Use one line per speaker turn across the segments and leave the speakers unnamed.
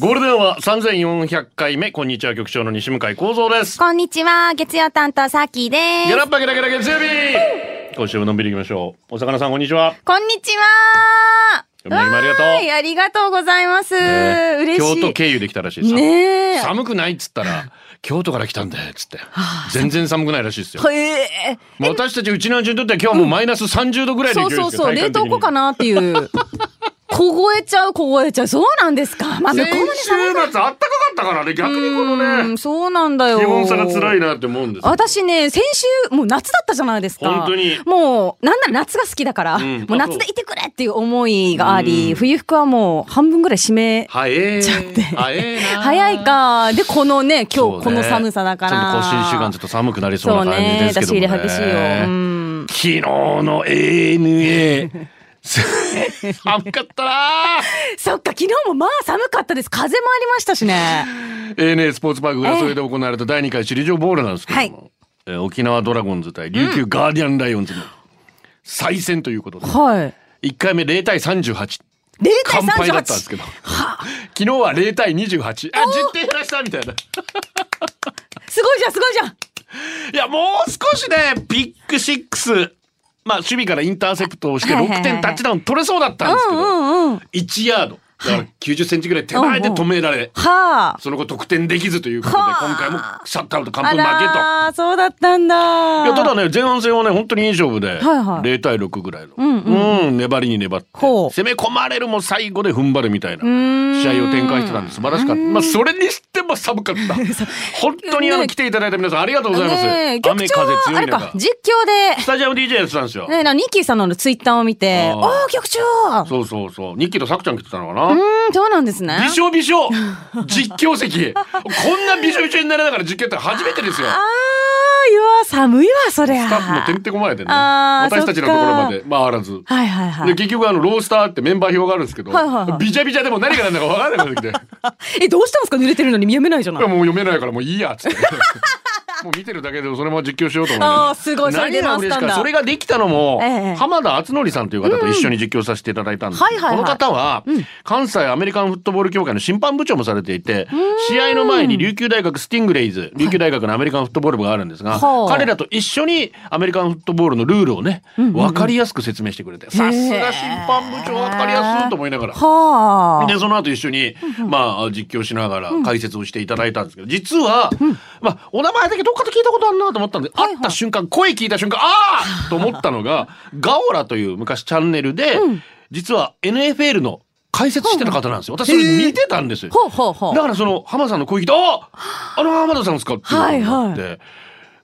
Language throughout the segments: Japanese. ゴールデンは三千四百回目、こんにちは局長の西向井光三です。
こんにちは、月曜担当、さーきーで
ゲ
す。
ラッパゲラゲラ月曜日。今週ものんびり行きましょう。お魚さんこんにちは。
こんにちは。
読み上げもありがとう
わーいありがとうございます。
ね
嬉しい。
京都経由できたらしいです。
ねえ。
寒くないっつったら京都から来たんだよっつって全然寒くないらしいですよ。
え
まあ私たちうちのうちにとっては今日もうマイナス30度ぐら
ー、
いで
そう
勢い
そ
で
う
す
そう、冷凍庫か
な。
なっ ていう。凍えちゃう、凍えちゃう。そうなんですか。まあ、向
先
こ
週
うまで寒い
末あったかかったからね逆にこの
うん
ね
そうなんだよ。
気温差が辛いなって思うんですよ。
私ね、先週、もう夏だったじゃないですか。
本当に
もう、なんなら夏が好きだから、
ん
もう夏でいてくれっていう思いがあり、冬服はもう半分ぐらい締め
はえ
ちゃっ
ー
て。
はえーなー
早いか。で、このね、今
そう
日
ね
この寒さだから。
ちょっと更新週間ちょっと寒くなりそう
そう
な感じ
ね
で。す
出
け
し
ども
入
ね。
れ激しいよ。うん。
昨日の ANA。寒かったなー
そっか、昨日もまあ寒かったです。風もありましたしね。
ANA スポーツパーク浦添で行われた第2回首里城ボールなんですけども、えー沖縄ドラゴンズ対琉球ガーディアンライオンズの再戦ということで、
はい。
1回目0対38
0対
完敗だったんです
38。
けど昨日は0対28あ10点減らしたみたいな
すごいじゃん、すごいじゃん。
いやもう少しねビッグシックスまあ守備からインターセプトをして
はいはいは
6
い
点タッチダウン取れそうだったんですけど、
うんうん。は
1ヤードだから90センチぐらい手前で止められ、
あ。
その後得点できずということで
はあ
今回もシャットアウト完
あ
封負けと。
らー、そうだったんだ。
いやただね前半戦はね本当にいい勝負で、
はいはい
0対6ぐらいの、
ん
うん粘りに粘って
ほう
攻め込まれるも最後で踏ん張るみたいな
ーん
試合を展開してたんで素晴らしかった、まあ、それにしても寒かった 本当にあの
ね
来ていただいた皆さんありがとうございます、
ねえ
雨
局長
風
は、
強
あ
い
れか
中、
実況で
ス。タジアム DJ やってたんですよ、
ねなニッキーさんのツイッターを見て、
あー
おー、局長
そうそうそうニッキーとサクちゃん来てたのかな、
うん、そうなんですね。
びしょびしょ実況席こんなびしょびしょになりながら実況って初めてですよ
あー、いや、寒いわ、そりゃ。
スタッフもてんてこまれてね
あー
私たちのところまで回らず
はいはいは
で
い。
結局あのロースターってメンバー表があるんですけど、
はいはいはい
ビジャビジャでもう何が何だか分からなくなってきて
え、どうしたんですか濡れてるのに見えないじゃない。
もう読めないからもういいやっつって もう見てるだけでそれも実況しようと思い
あ
ま
あすごいそれ
何
で
が
マス
嬉
タ
し
ー
か
だ
それができたのも、
ええ
浜田敦則さんという方と一緒に実況させていただいたんですけど、
うんはいはいはい
この方は、関西アメリカンフットボール協会の審判部長もされていて試合の前に琉球大学スティングレイズ琉球大学のアメリカンフットボール部があるんですが、
ほう
彼らと一緒にアメリカンフットボールのルールをね、分かりやすく説明してくれてさすが審判部長分かりやすいと思いながら。
は
でその後一緒に、まあ、実況しながら解説をしていただいたんですけど実は、まあ、お名前だけどっかで聞いたことあるなと思ったんで、会った瞬間声聞いた瞬間 ああと思ったのが「ガオラ」という昔チャンネルで、実は NFL の解説してた方なんですよ。私それ見てたんですよ。
ほうほうほう
だ。からその浜田さんの声聞いて「ああの浜田さんですか?」っていうのがあって、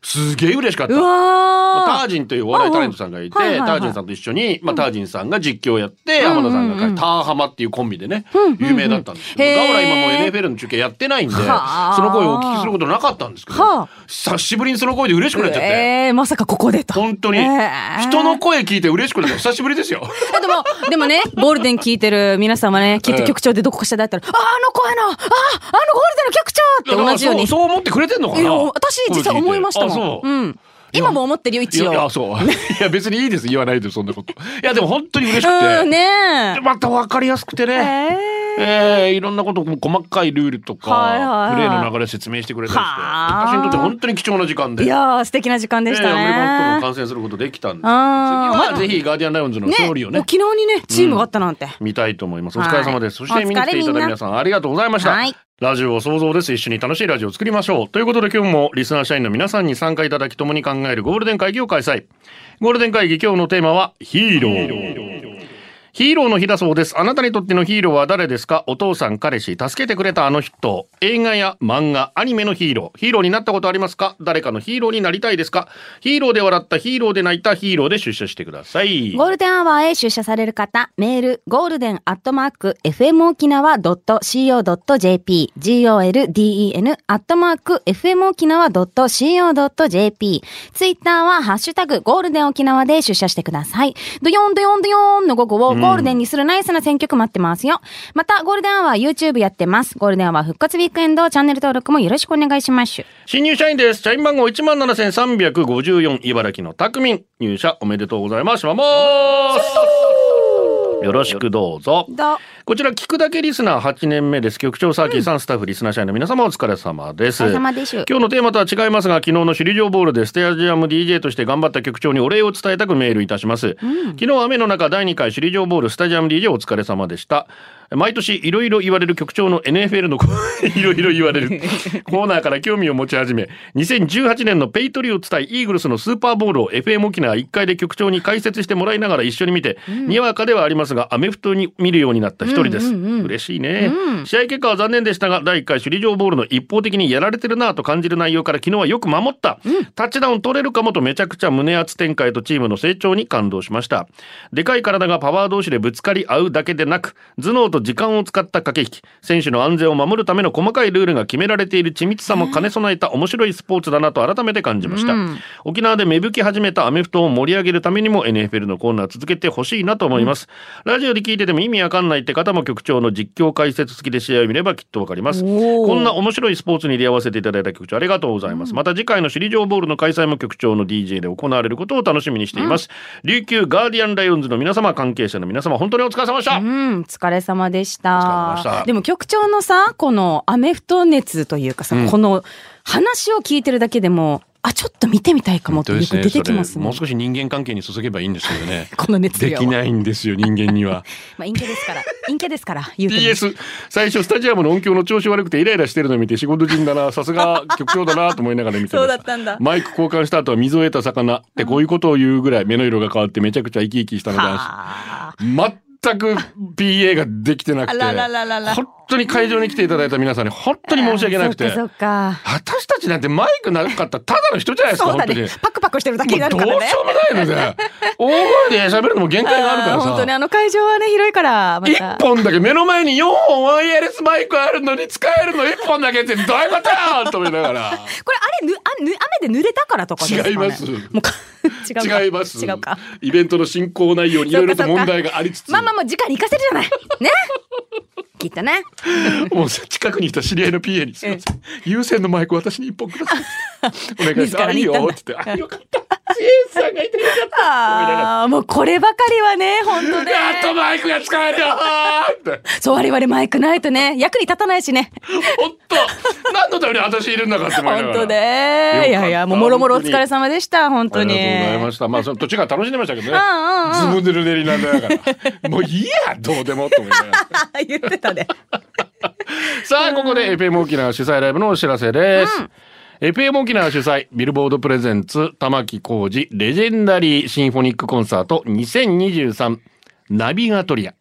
すげえ嬉しかった。
う
まあタ
わ
ージンというお笑いタレントさんがいて、
うんうんはいはい
タ
はい
ージンさんと一緒に、まあ、タージンさんが実況やって、浜田さんが書いて、ターハマっていうコンビでね、有名だったんですけ
へ
ど、
ー
ガオラ今もう NFL の中継やってないんで、そ
はあ
の声をお聞きすることなかったんですけ
は
ど
あ、
久しぶりにその声で嬉しくなっちゃっ
ー。
て、
えー、まさかここでと。
本当に
えー、
人の声聞いて嬉しくなって、久しぶりですよ。
あでも、でもね、ゴールデン聞いてる皆様ね、きっ
え
と
え
局長でどこかしらだったら、あー、あの声の、あー、あのゴールデンの局長 って同じよう
いやだからそう
に。
そう思ってくれてんのか
いや
な
私、実は思いまし
声
た
聞てあ
も
そ
ん。うん。今も思ってるよ、一
ういや、
応。
そう。いや、別にいいです。言わないで、そんなこと。いや、でも本当に嬉しく
う
て。
ん、ねえ
で。また分かりやすくてね。
え
えー、いろんなことも細かいルールとか、
はいはいはい
プレーの流れ説明してくれたりして
はあ
私にとって本当に貴重な時間で
ーいやー、素敵な時間でした
えーアメリカンフットボールを
ね。
観戦することできたんです次
あー
はぜひガーディアンライオンズの勝利をね
沖縄にね、チームがあったなんて。
見たいと思いますお疲れ様です、
は
そ
い
して見に来ていただいた皆さんありがとうございました、
はい
ラジオを想像です一緒に楽しいラジオを作りましょうということで今日もリスナー社員の皆さんに参加いただき共に考えるゴールデン会議を開催ゴールデン会議今日のテーマはヒーローヒーローの日だそうです。あなたにとってのヒーローは誰ですかお父さん、彼氏、助けてくれたあの人。映画や漫画、アニメのヒーロー。ヒーローになったことありますか誰かのヒーローになりたいですかヒーローで笑った、ヒーローで泣いた、ヒーローで出社してください。
ゴールデンアワーへ出社される方、メール、ゴールデンアットマーク、fmokinawa.co.jp、golden アットマーク、fmokinawa.co.jp、ツイッターは、ハッシュタグ、ゴールデン沖縄で出社してください。ドヨンドヨンドヨンの午後をゴールデンにするナイスな選曲待ってますよ。また、ゴールデンアワー YouTube やってます。ゴールデンアワー復活ウィークエンド、チャンネル登録もよろしくお願いします。
新入社員です。社員番号17,354茨城のたくみん。入社おめでとうございます。します。よろしくどうぞ。
どう
こちら聞くだけリスナー8年目です。局長サーキーさん、スタッフリスナー社員の皆様お疲れ様です。
お疲れ様です
今日のテーマとは違いますが、昨日の首里城ボールでスタジアム DJ として頑張った局長にお礼を伝えたくメールいたします。昨日雨の中第2回首里城ボールスタジアム DJ お疲れ様でした。毎年いろいろ言われる局長の NFL のコいろいろ言われ るコーナーから興味を持ち始め、2018年のペイトリオツ対イーグルスのスーパーボールを FM 沖縄1階で局長に解説してもらいながら一緒に見て、にわかではありますが、アメフトに見るようになった一人です。嬉しいね、試合結果は残念でしたが、第1回首里城ボールの一方的にやられてるなぁと感じる内容から昨日はよく守った、タッチダウン取れるかもとめちゃくちゃ胸圧展開とチームの成長に感動しました。でかい体がパワー同士でぶつかり合うだけでなく、頭脳と時間を使った駆け引き、選手の安全を守るための細かいルールが決められている緻密さも兼ね備えた面白いスポーツだなと改めて感じました。沖縄で芽吹き始めたアメフトを盛り上げるためにも NFL のコーナー続けてほしいなと思います。ラジオで聞いてても意味わかんないって方も局長の実況解説付きで試合を見ればきっとわかります。こんな面白いスポーツに出会わせていただいた局長ありがとうございます。また次回の首里城ボールの開催も局長の DJ で行われることを楽しみにしています。琉球ガーディアンライオンズの皆様、関係者の皆様、本当にお疲れ様でした。
うん、疲れ様でし
お疲れ様でした
た。でも局長のさ、このアメフト熱というかさ、この話を聞いてるだけでも、あ、ちょっと見てみたいかもってよく出てきますもん。
し人間関係に注げばいいんですけど ね。
この熱量は。
いんですよ、人間に は。
まあ、陰キャで すから。陰キャですから、言うても
PS 最初スタジアムの音響の調子悪くてイライラしてるのを見て仕事人だなさすが局長だなと思いながら見てま
そ
し
うだ
た
ったんだ
マイク交換した後は水を得た魚ってこういうことを言うぐらい目の色が変わってめちゃくちゃ生き生きしたの
はあ
で全く PA ができてなくて
あららららら
本当に会場に来ていただいた皆さんに本当に申し訳なくて
あそっか
私たちなんてマイクなかったらただの人じゃないです
そ
か
っか。そうだ
本当に
ね。パクパクしてるだけになるか
も
ら
うどう
ね
し。ようもないので大声で喋るのも限界があるか
あー
ら
本当
さ
にあの会場はね、広いから、ま
一
た。
本だけ目の前に4本ワイヤレスマイクあるのに使えるの一本だけってどういうことよと思いなが ら
これあれぬあぬ雨で濡れたからとかですか、ね、
違います
もうか 違うか
違います
違うか
イベントの進行内容にいろいろと
そうか
問
そうか
題がありつつ
まあまあもう次回に行かせるじゃ ないねきっとね
もう近くにいた知り合いの PA にすいませ ん優先のマイク私に一本くださいお願いし
自
ますあ
ら
いい
に
よ
言ったんだ
って言ってあよかった知恵さんがいてよかった
ああもうこればかりはね本当ね
やっとマイクが使えるよーって
そう我々マイクないとね役に立たないしね
本当何のために私いるんだかって思いなが
本
らよ
当
かっ
ね
た
いやいやもうもろもろお疲れ様でした本
あ
当
りが
に
とうございました。まあ、その土地が楽しんでましたけどね。
う
ズ
んうんう
ブぬるねりなんだから。もういいや、どうでもと思いながら。
あ 言ってたね
さあ、ここで FM 沖縄主催ライブのお知らせです。FM 沖縄主催、ビルボードプレゼンツ、玉木浩二、レジェンダリーシンフォニックコンサート2023。ナビガトリア。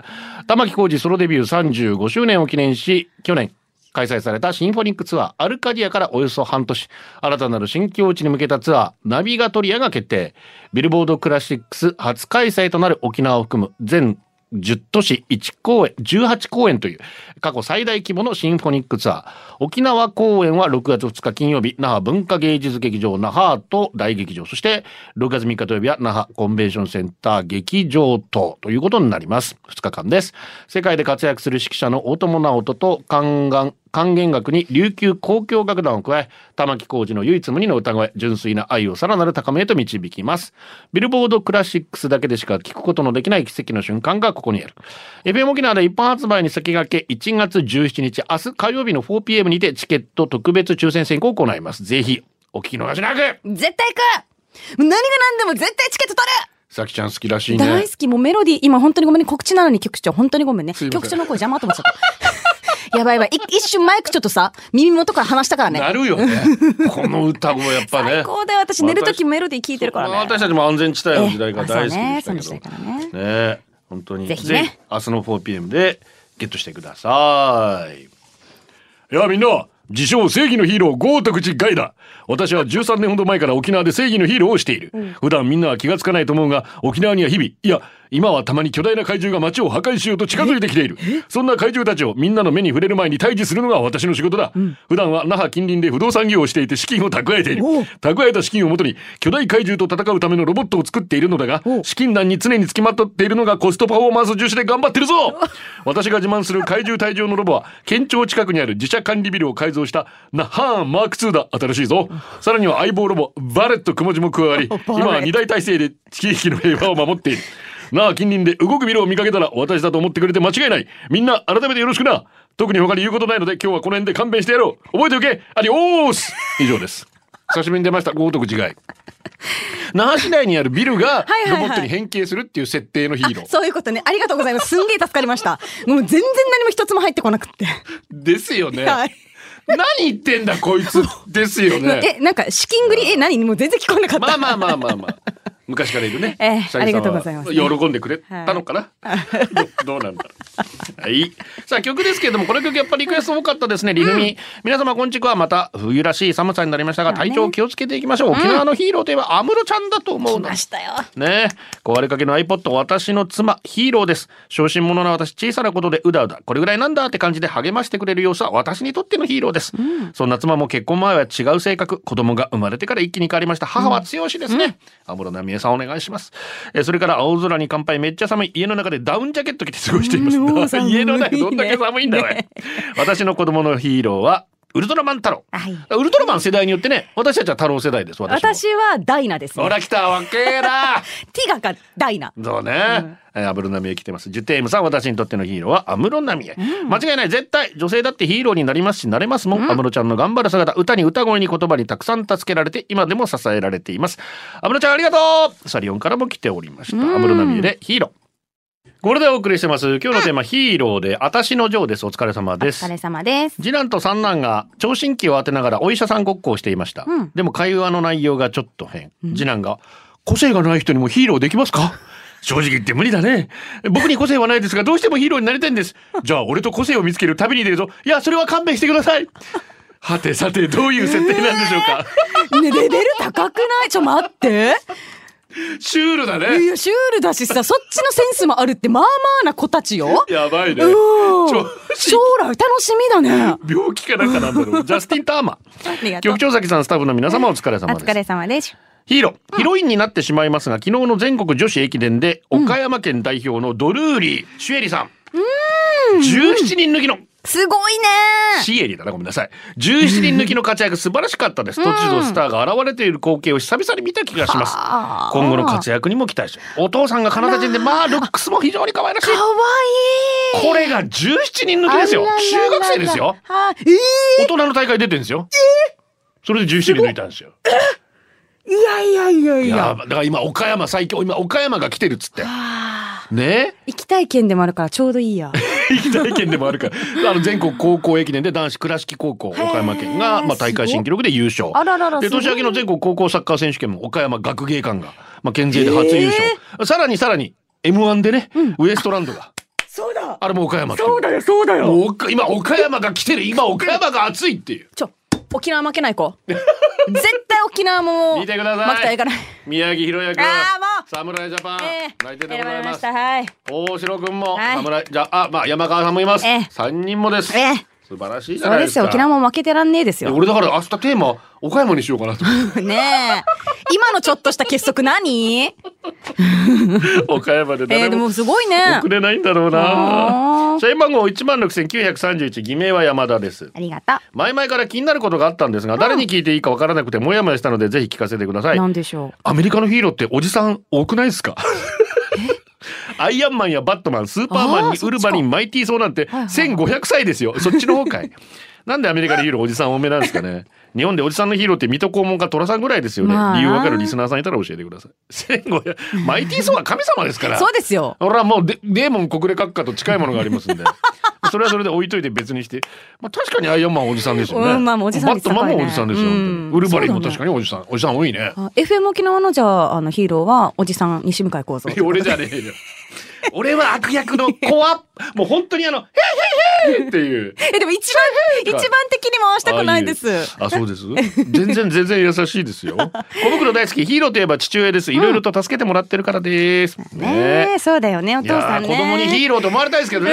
玉木浩二ソロデビュー35周年を記念し、去年開催されたシンフォニックツアー、アルカディアからおよそ半年、新たなる新境地に向けたツアー、ナビガトリアが決定。ビルボードクラシックス初開催となる沖縄を含む全10都市1公演、18公演という過去最大規模のシンフォニックツアー。沖縄公演は6月2日金曜日、那覇文化芸術劇場那覇と大劇場、そして6月3日土曜日は那覇コンベンションセンター劇場等ということになります。2日間です。世界で活躍する指揮者の大友直人と還元、還元楽に琉球交響楽団を加え、玉置浩二の唯一無二の歌声、純粋な愛をさらなる高めへと導きます。ビルボードクラシックスだけでしか聞くことのできない奇跡の瞬間がここにある。FM 沖縄で一般発売に先駆け、1月17日、明日火曜日の 4pm にてチケット特別抽選選考を行います。ぜひ、お聞き逃しなく
絶対行くもう何が何でも絶対チケット取る
さきちゃん好きらしいね
大。好き。もうメロディー、今本当にごめんね。告知なのに局長、本当にごめんね。
すいません
局長の声邪魔と思っちゃった。 やばいやばい。い一瞬マイクちょっとさ、耳元から離したからね。
なるよ ね。この歌もやっぱね。
最高だよ。私寝るときメロディー聞いてるからね。
私たちも安全地帯の時代が大好きでしたけど。
ええそうねその時代からね
ねえ本当に
ぜひね
明日の 4pm でゲットしてくださいいやみんな自称正義のヒーロー豪徳寺ガイだ私は13年ほど前から沖縄で正義のヒーローをしている、普段みんなは気がつかないと思うが沖縄には日々いや今はたまに巨大な怪獣が街を破壊しようと近づいてきているそんな怪獣たちをみんなの目に触れる前に退治するのが私の仕事だ、普段は那覇近隣で不動産業をしていて資金を蓄えている蓄えた資金をもとに巨大怪獣と戦うためのロボットを作っているのだが資金難に常につきまとっているのがコストパフォーマンス重視で頑張ってるぞ私が自慢する怪獣退場のロボは県庁近くにある自社管理ビルを改造したナハーンマーク2だ新しいぞさらには相棒ロボバレットくもじも加 わり今は2大体制で地域の平和を守っているなあ近隣で動くビルを見かけたら私だと思ってくれて間違いないみんな改めてよろしくな特に他に言うことないので今日はこの辺で勘弁してやろう覚えておけアディオース以上です久しぶりに出ました豪徳寺 街那覇市内にあるビルが
いはい
ロ
はい
ボットに変形するっていう設定のヒーロー
そういうことね。ありがとうございます。すんげえ助かりま した。もう全然何も一つも入ってこなくって。
ですよね
はい。
何言ってんだこいつですよね
え、なんか、資金繰り、え、何もう全然聞こえなかった。
まあまあまあまあまあ昔からいるね、
ええ
さゆりさんは
ありがとうございます
喜んでくれたのかな、どどうなんだろうはいさあ曲ですけれどもこの曲やっぱりリクエスト多かったですねリフミ、皆様こんちくはまた冬らしい寒さになりましたが体調を気をつけていきましょう、沖縄のヒーローといえば安室ちゃんだと思うな
したよ。
ねえ壊れかけの iPod 私の妻ヒーローです小心者な私小さなことでうだうだこれぐらいなんだって感じで励ましてくれる様子は私にとってのヒーローです、そんな妻も結婚前は違う性格子供が生まれてから一気に変わりました母は強しですね、安室奈美恵さんお願いしますえーそれから青空に乾杯めっちゃ寒い家の中でダウンジャケット着て過ごしています、
うんもう寒い
家の中どんだけ寒いんだおい、私の子供のヒーローはウルトラマン太郎、ウルトラマン世代によってね私たちは太郎世代です私も
私はダイナです、
ほ
ね。
ら来たわけえな
ティガがダイナ。
そうね。えー安室奈美恵来てます。ジュテームさん、私にとってのヒーローは安室奈美恵。間違いない。絶対、女性だってヒーローになりますし、なれますもん。安室ちゃんの頑張る姿、歌に歌声に言葉にたくさん助けられて、今でも支えられています。安室ちゃん、ありがとうサリオンからも来ておりました。安室奈美恵でヒーロー。これでお送りしてます。今日のテーマ、ヒーローで、あたしのジョーです。お疲れ様
お
です
疲。れ様です。
次男と三男が聴診器を当てながらお医者さんごっこをしていました、
うん
でも会話の内容がちょっと変、次男が「個性がない人にもヒーローできますか?」正直言って無理だね僕に個性はないですがどうしてもヒーローになりたいんですじゃあ俺と個性を見つける旅に出るぞいやそれは勘弁してくださいはてさてどういう設定なんでしょうか、
ね、レベル高くないちょ、待って。
シュールだ
い
ね
や、シュールだしさ、そっちのセンスもあるって、まあまあな子たちよ。
やばいね
うん
ちょ
将来楽しみ だね。
病気かなんかなんだろうジャスティン・ターマ
ありがとう
局。長崎さんスタッフの皆様お疲れ
お
様です
疲れ様です。
ヒーロー、ヒロインになってしまいますが、昨日の全国女子駅伝で、岡山県代表のドルーリー、シュエリさん。17人抜きの、
すごいね
シエリだな、ごめんなさい。17人抜きの活躍素晴らしかったです。突如スターが現れている光景を久々に見た気がします。今後の活躍にも期待してお父さんがカナダ人で、まあ、ルックスも非常に可愛らしい。
かわいい
これが17人抜きですよ。中学生ですよ。
はい。え
大人の大会出てるんですよ。それで17人抜いたんですよ。
ーいやいやいやい
いや
や。
だから今岡山最強今岡山が来てるっつってね
行きたい県でもあるから、ちょうどい いや。
行きたい県でもある からあの全国高校駅伝で男子倉敷高校岡山県が、まあ、大会新記録で優勝
あららら
です
ごい
年明けの全国高校サッカー選手権も岡山学芸館が、まあ、県勢で初優勝、さらにさらに m 1でね、ウエストランドが
そうだ。
あれも岡山来てる
そうだよ、そうだよ。
もう岡今岡山が来てる今岡山が熱いって いう
ちょ、沖縄負けない子。絶対沖縄 も。
見てください
負けたらいかない。
宮城大也君
あーもう
侍ジャパン、
ええ
内定でござい
選ばれ
ま
ますした。はい。
大城くんも、
はい
侍じゃあ、あまあ、山川さんもいます。
ええ
三、人もです、
ええ
素晴らしいじゃ
そ
な
う
いで
ですす
か。
よ。沖縄も負けてらんねえです
いや
よ。
俺だから明日テーマ岡山にしようかなと思って
ねえ。今のちょっとした結束何
岡山で
えー、
誰
で
も
もすごいね
送。れないんだろう
あ
な
ー
社員番号16,931偽名は山田です
ありがとう。
前々から気になることがあったんですが、誰に聞いていいかわからなくてモヤモヤしたのでぜひ聞かせてください
なんでしょ
アメリカのヒーローっておじさん多くないですかアイアンマンやバットマン、スーパーマン
あー
に
そっちか
ウルヴァリン、マイティーソーなんて1500歳ですよ。そっちの方か い。なんでアメリカでヒーローおじさん多めなんですかね。日本でおじさんのヒーローって水戸黄門か寅さんぐらいですよね。
まあ
理由わかるリスナーさんいたら教えてください。1500、マイティーソーは神様ですか
う。
ら。
そうですよ。
俺はもうデデーモン国連閣下と近いものがありますんで。それはそれで置いといて別にして。まあ確かにアイアンマンはおじさんですよね。
うんまあおじさん
バ
で
ッ
す
トマンもおじさんですよ。
うん
本当にウルヴァリンも確かにおじさん。おじさん多いね。
あ FM 沖縄のじゃああのヒーローはおじさん西向井幸三
いや俺じゃねえよ。俺は悪役の子は、もう本当にあの、へいへいへいっていう。
え、でも 一番、一番敵に回したくないです。
あ、そうです。全然全然優しいです よ。小袋大好き、ヒーローといえば父親です。いろいろと助けてもらってるからです。
ねえ、そうだよね、お
い
父
や
さん
ー
ね。
子供にヒーローと思われたいですけどね。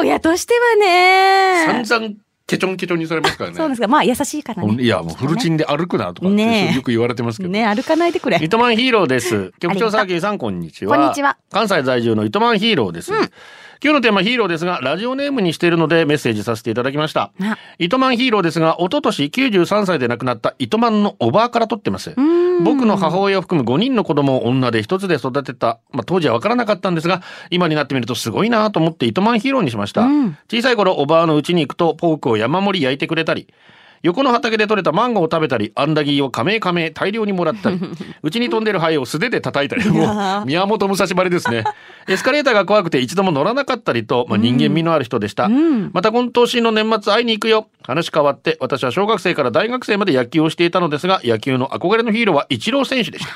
うん親としてはね。
散々ケチョンケチョンにされますからね。
そうなんですが、まあ優しいからね。
いや、もうフルチンで歩くなとかって
ねえ
よく言われてますけど。
ね歩かないでくれ。
糸満ヒーローです。局長サーキーさん、こんにちは。
こんにちは
関西在住の糸満ヒーローです。今日のテーマヒーローですが、ラジオネームにしているのでメッセージさせていただきました
あ。
糸満ヒーローですが、一昨年93歳で亡くなった糸満のおばあから撮ってます。僕の母親を含む5人の子供を女で一つで育てた、まあ、当時は分からなかったんですが、今になってみるとすごいなと思って糸満ヒーローにしました。小さい頃、おばあの家に行くとポークを山盛り焼いてくれたり、横の畑で採れたマンゴーを食べたり、アンダギーをかめかめ大量にもらったり、うちに飛んでる灰を素手で叩いたり、もう宮本武蔵ばりですね。エスカレーターが怖くて一度も乗らなかったりと、まあ、人間味のある人でした。また今年の年末会いに行くよ。話変わって、私は小学生から大学生まで野球をしていたのですが、野球の憧れのヒーローはイチロー選手でした。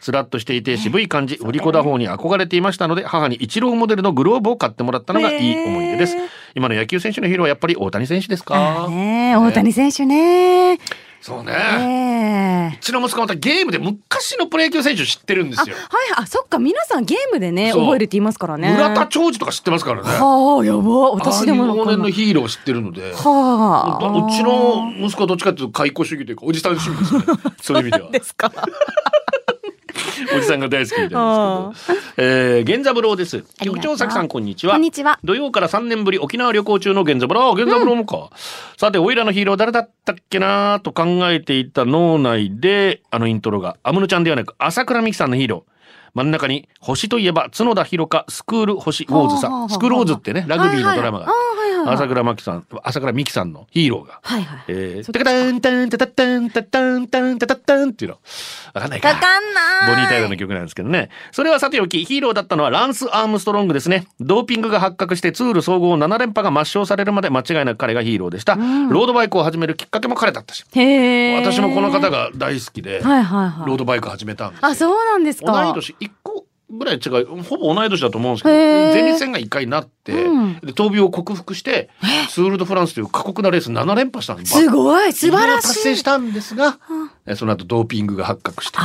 スラッとしていて渋い感じ、振り子打法に憧れていましたので、母にイチローモデルのグローブを買ってもらったのがいい思い出です
へー。
今の野球選手のヒーローはやっぱり大谷選手ですか。
ねえ大谷選手ね。
そう
え
ね。
え
うちの息子またゲームで昔のプロ野球選手知ってるんで
あ、は
す
い
よ。
はい、あ、そっか、皆さんゲームでね、
そう
覚えるって言いますからね。
村田兆治とか知ってますからね。
はあ、やば、
ああ
私
い
で
う
もわ
往
かん
年
な
の
い。
ヒーロー知ってるので。
はあ。
うちの息子はどっちかっていうと解雇主義というかおじさん趣味です ねそういう意味では
ですか。
おじさんが大好きみたいなんです けど、えー、源三郎です局長さきさんこんにちは
こんにちは
土曜から3年ぶり沖縄旅行中の源三郎あ源三郎もか、さておいらのヒーロー誰だったっけなーと考えていた脳内であのイントロが安室ちゃんではなく朝倉美希さんのヒーロー真ん中に星といえば角田博かスクール星ウォーズ
はあはあ
さ
はあ
んスクローズってねラグビーのドラマが、
はいはい
朝倉真希さん朝倉美希さんのヒーローが
はいはい。
えー、
そ
タカタンタンタタタンタタンタンタタタンっていうの。わかんないか。
わかんない。
ボニー・タイラーの曲なんですけどね。それはさておき、ヒーローだったのはランス・アームストロングですね。ドーピングが発覚してツール総合7連覇が抹消されるまで間違いなく彼がヒーローでした。ロードバイクを始めるきっかけも彼だったし。
へえ。
私もこの方が大好きで、
はいはいはい。
ロードバイク始めたんですよ。
あ、そうなんですか。
同い年1個ぐらい違うほぼ同い年だと思うんですけど
へー
前立腺が1回なって、
うん
で闘病を克服してツール・ド・フランスという過酷なレース7連覇したんです
すごい、素晴ら
達成
し
し
い。
たんですが、えその後ドーピングが発覚して、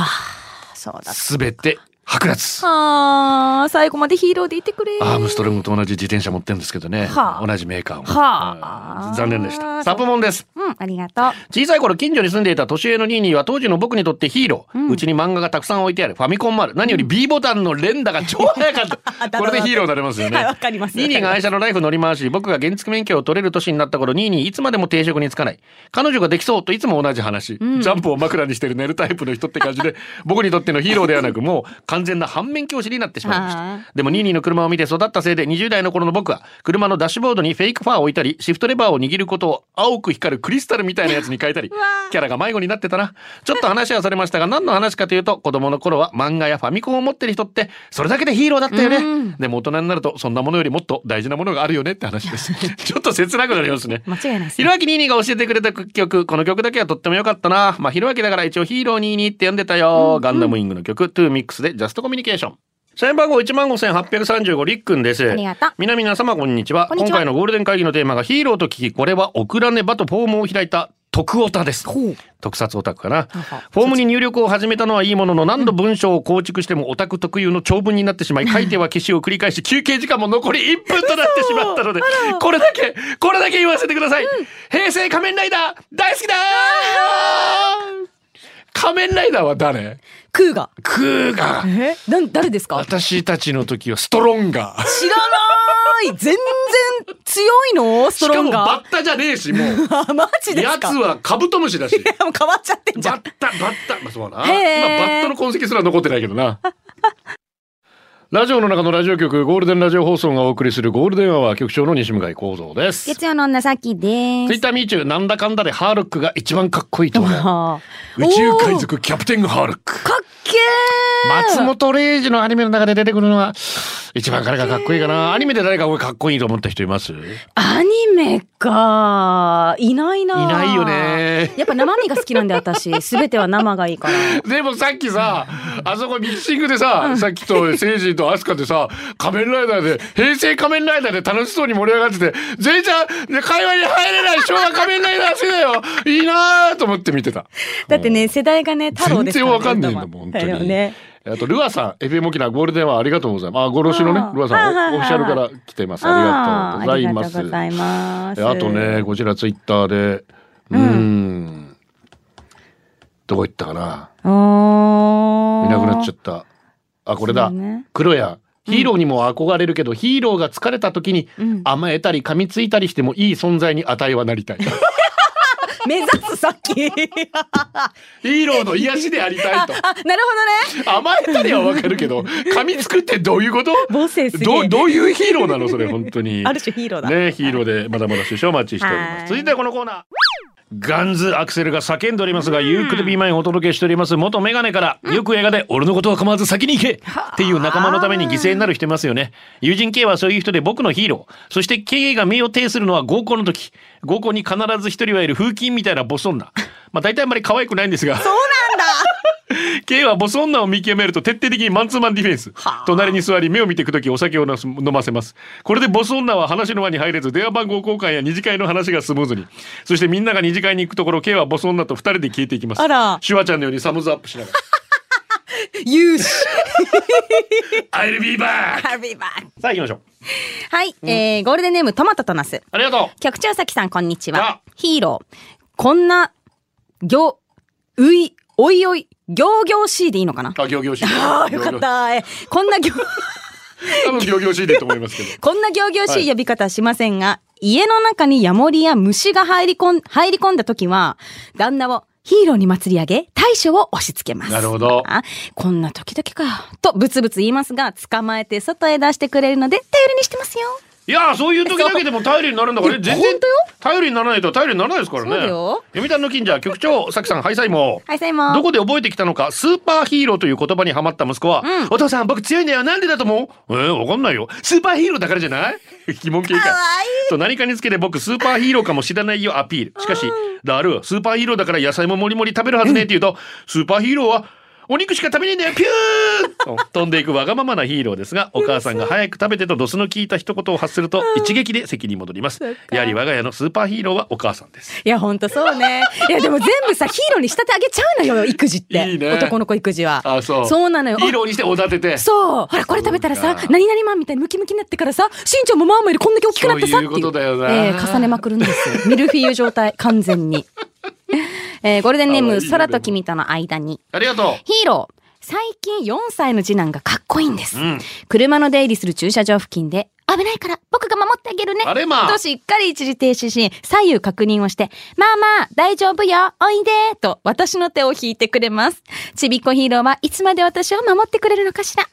そうだ。
すべて剥奪。
ああ、最後までヒーローでいてくれ。
アームストロングと同じ自転車持ってるんですけどね。
はあ
同じメーカーも、
はあ
うん残念でした。サプモンです。
うん、ありがとう。
小さい頃近所に住んでいた年上のニーニーは当時の僕にとってヒーロー。うちに漫画がたくさん置いてある。ファミコンもある。何より B ボタンの連打が超早か った。これでヒーローになれますよね。
はいわかります
ニーニーが愛車のライフ乗り回し、僕が原付免許を取れる年になった頃、ニーニーいつまでも定職につかない。彼女ができそうといつも同じ話。ジャンプを枕にしてる寝るタイプの人って感じで、僕にとってのヒーローではなく、もう完全な反面教師になってしまいまし
はあ
た。でもニーニーの車を見て育ったせいで20代の頃の僕は車のダッシュボードにフェイクファーを置いたりシフトレバーを握ることを青く光るクリスタルみたいなやつに変えたりキャラが迷子になってたなちょっと話はされましたが何の話かというと子供の頃は漫画やファミコンを持ってる人ってそれだけでヒーローだったよねでも大人になるとそんなものよりもっと大事なものがあるよねって話ですちょっと切なくなりますね
間違いないです
ひろあきニーニーが教えてくれた曲、この曲だけはとっても良かったな。まあ、ひろあきだから一応ヒーローニーニーって呼んでたよ。ガンダムイングの曲、トゥーミックスでジャストコミュニケーション。社員番号15,835りっくんです。
ありがとう
皆々様こんにちは。
こんにちは
今回のゴールデン会議のテーマがヒーローと聞き、これはオクラネバとフォームを開いた徳オタです。特撮オタクかな。フォームに入力を始めたのはいいものの何度文章を構築してもオタク特有の長文になってしまい書いては消しを繰り返し休憩時間も残り1分となってしまったのでこれだけこれだけ言わせてください、平成仮面ライダー大好きだー仮面ライダーは誰
クーが。
クーガー
え、な誰ですか。
私たちの時はストロンガー
知らない。全然強いの、ス
し
ト
か
ロン
も
ガ
バッタじゃねえしもう
ー。あ、マジですか。
やつはカブトムシだし
いやもう変わっちゃってんじゃ
バ
ん
ッ。タ、バッタ、まあ、そうだな。今
へー
バッタの痕跡すら残ってないけどな。 ラジオの中のラジオ局、ゴールデンラジオ放送がお送りするゴールデンアワー局長の西向井幸三です。
月曜の女さきで
ツイッ
す。
ターミーチュー、なんだかんだでハーロックが一番かっこいいと思 う。
あー
宇宙海賊キャプテンハーロック。
かっけー。
松本零士のアニメの中で出てくるのは、一番彼がかっこいいかな。アニメで誰かこれかっこいいと思った人います
アニメかいないないい
ないよね
やっぱ生身が好きなんで私すべては生がいいから
でもさっきさ、あそこミキシングでさ、さっきと聖人とアスカでさ、仮面ライダーで、平成仮面ライダーで楽しそうに盛り上がってて、全然ね会話に入れない昭和仮面ライダー世代よ。いいなーと思って見てた。
だってね、世代がね、太郎
全
ですか
然
ら、ね。
わかんないんだもん、本当
だよ
に。
ね。
あと、ルアさん、FM 沖縄ゴールデンはありがとうございます。あ、ご老子のね
あ、ー
ルアさ
はいはいはいは
ん、
い
オフィシャルから来てます。ありがとうございます。
ありがとうございます。
えあとね、。こちらツイッターで、うーん、どこ行ったかな。
お
見
ー。
なくなっちゃった。あ、これだ。
そうね
黒や。ヒーローにも憧れるけど、ヒーローが疲れた時に
ん
甘えたり噛みついたりしてもいい存在に値はなりたい。
目指す 先。
ヒーローの癒しでありたいと。
あ、なるほどね。
甘えたりはわかるけど、噛みつくってどういう こと
母性すげえ
どうどういうヒーローなのそれ本当に。
ある種ヒーローだ。
ね、ヒーローでまだまだ首相お待ちしております。
はい
続いてはこのコーナー。ガンズアクセルが叫んでおりますが、ユークルビー前にお届けしております元メガネから、よく映画で俺のことは構わず先に行けっていう仲間のために犠牲になる人いますよね。友人 K はそういう人で僕のヒーロー。そして K が身を挺するのは合コンの時。合コンに必ず一人はいる風琴みたいなボス 女。まあ大体あんまり可愛くないんですが。そう なんだ K はボス女を見極めると徹底的にマンツーマンディフェンス。隣に座り目を見ていく時お酒をなす飲ませます。これでボス女は話の輪に入れず電話番号交換や二次会の話がスムーズに。そしてみんなが二次会に行くところ K はボス女と二人で消えていきます。
あら
シュワちゃんのようにサムズアップしながら。
勇士。
I'll be back!
ハビーバック
さあ行きましょう。
はい、えー、ゴールデンネームトマトとナス。
ありがと
局長さきさん、こんにちは
あ。
ヒーロー。こんな、ぎょ、うい、おいおい、ぎょうぎょうしいでいいのかな
うあ、行々しい。
ああ、よかった。えこんなぎょう、
多分行々しいでと思いますけど。
こんな行々
は
し
い
い呼び方はしませんが、家の中にヤモリや虫が入りこん、入り込んだ時は、旦那をヒーローに祭り上げ、大将を押し付けます。
なるほど
あこんな時々か。と、ブツブツ言いますが、捕まえて外へ出してくれるので、頼りにしてますよ。
いやーそういう時だけでも頼りになるんだからね
いや
全然
本当よ
頼りにならないと頼りにならないですからね
そうだよ
読谷の近所局長さきさんハイサイも
はい、さいも。
どこで覚えてきたのかスーパーヒーローという言葉にハマった息子は、
うん
お父さん僕強いんだよなんでだと思うえー、わかんないよスーパーヒーローだからじゃない 疑問形かと何かにつけて僕スーパーヒーローかもしれないよアピールしかしラルースーパーヒーローだから野菜ももりもり食べるはずねって言うと、スーパーヒーローはお肉しか食べねえんだよピューンと飛んでいくわがままなヒーローです がお母さんが早く食べてとドスの効いた一言を発すると一撃で席に戻りますやはり我が家のスーパーヒーローはお母さんです
いや、ほんとそうね。いや、でも全部さ、ヒーローに仕立て上げちゃうのよ、育児って。
いいね
男の子育児は。そうなのよ。
ヒーローにしておだてて
そうほらこれ食べたら
そう
さ
か
何々マンみたいにムキムキになってからさ身長もまあまあよりこんだけ大きくなってさ
そういうことだよな
えー重ねまくるんですよミルフィーユ状態完 全に、えーゴールデンネー
かわい
ム
いね
空と君との間に
ありがとう
ヒーロー最近4歳の次男がかっこいいんです、
ん
車の出入りする駐車場付近で危ないから僕が守ってあげるね
あれまあ
としっかり一時停止し左右確認をしてまあまあ大丈夫よおいでと私の手を引いてくれますちびっこヒーローはいつまで私を守ってくれるのかしら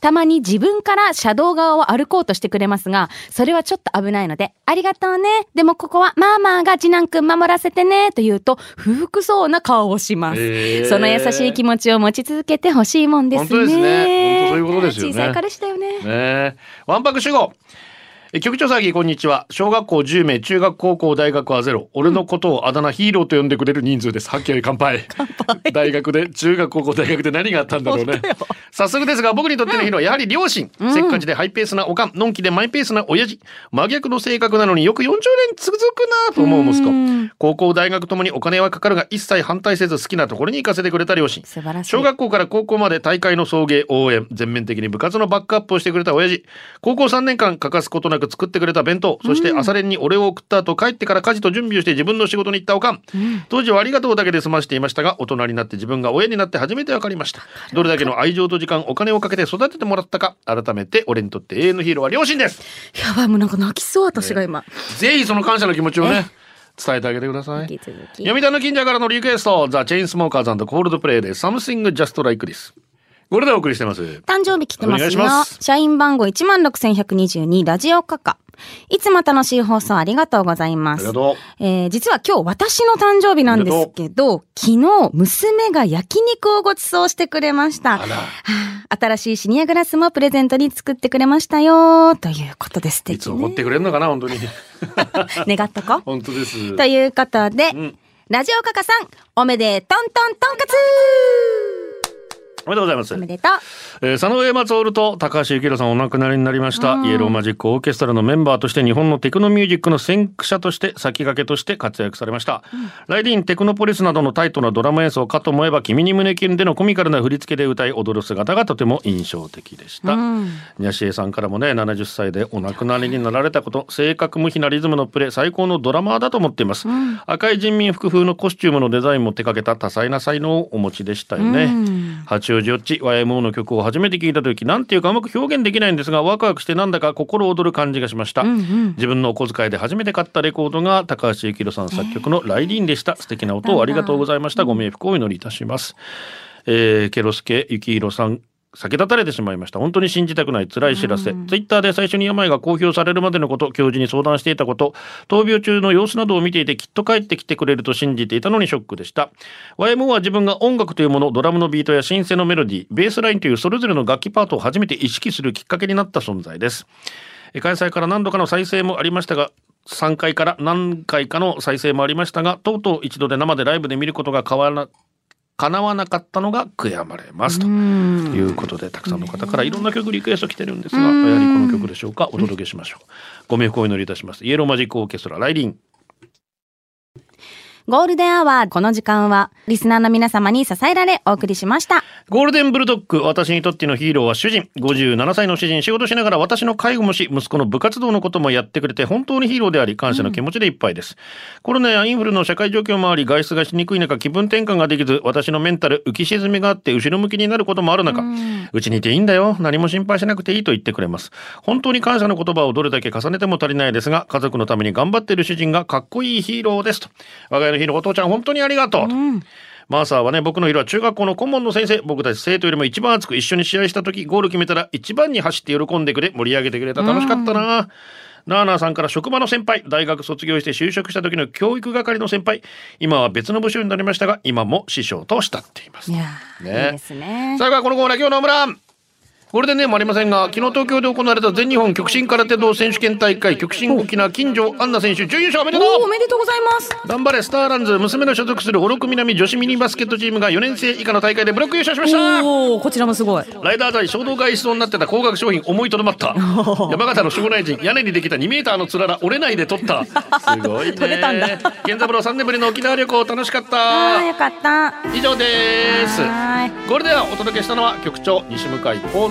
たまに自分から車道側を歩こうとしてくれますがそれはちょっと危ないのでありがとうねでもここはまあまあが次男くん守らせてねと言うと不服そうな顔をします、
へー
その優しい気持ちを持ち続けてほしいもんですね
本当ですね本当そういうことですよね
小さい彼氏だよね
ねえ。わんぱく主語。え局長さぎこんにちは小学校10名中学高校大学はゼロ俺のことをあだ名ヒーローと呼んでくれる人数ですはっきり乾杯大学で中学高校大学で何があったんだろう ね早速ですが僕にとってのヒーローはやはり両親、せっかちでハイペースなおかんのんきでマイペースな親父真逆の性格なのによく40年続くなと思う息子高校大学ともにお金はかかるが一切反対せず好きなところに行かせてくれた両親
素晴らしい
小学校から高校まで大会の送迎応援全面的に部活のバックアップをしてくれた親父高校3年間欠かすことなく作ってくれた弁当そして朝練にお礼を送った後帰ってから家事と準備をして自分の仕事に行ったおかん、当時はありがとうだけで済ましていましたが大人になって自分が親になって初めて分かりましたどれだけの愛情と時間お金をかけて育ててもらったか改めて俺にとって永遠のヒーローは両親です
やばいもうなんか泣きそう私が今、
ぜひその感謝の気持ちをね伝えてあげてください
引き続き
読谷の近所からのリクエスト、ザ・チェインスモーカーズコールドプレイで、サムシング・ジャスト・ライク・です。これでお送りしてます。
誕生日来てま
お願い
す
し
よ
ます。
社員番号16,122ラジオカカ。いつも楽しい放送ありがとうございま
あり
す
が。と
えー実は今日私の誕生日なんですけど、昨日娘が焼肉をご馳走してくれました。
あら
はあ新しいシニアグラスもプレゼントに作ってくれましたよ。ということで素
う。
敵、ね。
いつ怒ってくれるのかな、本当に。
願っとこ。
本当です。
ということで、
ん
ラジオカカさん、おめでとんとんとんかつ
おめでとうございます
おめでとう。
えー佐野上松オルと高橋幸宏さんお亡くなりになりました、イエローマジックオーケストラのメンバーとして日本のテクノミュージックの先駆者として先駆けとして活躍されました、ライディーンテクノポリスなどのタイトなドラマ演奏かと思えば「君に胸キュン」でのコミカルな振り付けで歌い踊る姿がとても印象的でした、にゃしえさんからもね70歳でお亡くなりになられたこと正確無比なリズムのプレー最高のドラマーだと思っています、赤い人民服風のコスチュームのデザインも手掛けた多彩な才能をお持ちでしたよね、八王子よっち YMO の曲を初めて聴いた時なんていうかうまく表現できないんですがワクワクしてなんだか心躍る感じがしました、自分のお小遣いで初めて買ったレコードが高橋幸宏さん作曲の「ライディーン」でした、素敵な音をありがとうございましたご冥福をお祈りいたします、えー、ケロスケ幸宏さん避け立たれてしまいました本当に信じたくない辛い知らせ、ツイッターで最初に病が公表されるまでのこと教授に相談していたこと闘病中の様子などを見ていてきっと帰ってきてくれると信じていたのにショックでした YMO は自分が音楽というものドラムのビートやシンセのメロディーベースラインというそれぞれの楽器パートを初めて意識するきっかけになった存在ですえー開催から何度かの再生もありましたが3回から何回かの再生もありましたがとうとう一度で生でライブで見ることが変わらな叶わなかったのが悔やまれますということでたくさんの方からいろんな曲リクエスト来てるんですがやはりこの曲でしょうかお届けしましょうご冥福をお祈りいたしますイエローマジックオーケストラライリン
ゴールデンアワー、この時間は、リスナーの皆様に支えられお送りしました。
ゴールデンブルドッグ私にとってのヒーローは主人57歳の主人仕事しながら私の介護もし息子の部活動のこともやってくれて本当にヒーローであり感謝の気持ちでいっぱいです、コロナやインフルの社会状況もあり外出がしにくい中気分転換ができず私のメンタル浮き沈みがあって後ろ向きになることもある中うちにいていいんだよ何も心配しなくていいと言ってくれます本当に感謝の言葉をどれだけ重ねても足りないですが家族のために頑張っている主人がかっこいいヒーローですと我が家のヒーローお父ちゃん本当にありがとうと、マーサーはね、僕の色は中学校の顧問の先生、僕たち生徒よりも一番熱く一緒に試合した時、ゴール決めたら一番に走って喜んでくれ、盛り上げてくれた。楽しかったな。ナーナーさんから職場の先輩、大学卒業して就職した時の教育係の先輩、今は別の部署になりましたが、今も師匠と慕っています。
いや
ね
ー、いいですね。
最後はこのコーナー、今日のオムランゴールデンネームありませんが、昨日東京で行われた全日本極真空手道選手権大会、極真沖縄金城アンナ選手、準優勝おめでとう
おーおめでとうございます。
頑張れスターランズ娘の所属する小六南女子ミニバスケットチームが4年生以下の大会でブロック優勝しました
おお、こちらもすごい。
ライダー対衝動買いしそうになってた高額商品思いとど まった山形の守護大臣屋根にできた2メーターのつらら折れないで取ったすごいね
取れたんだ
源三郎3年ぶりの沖縄旅行楽しかっ
ああ、よ
た
かった。
以上です
はー
これではお届けしたのは局長西向井光三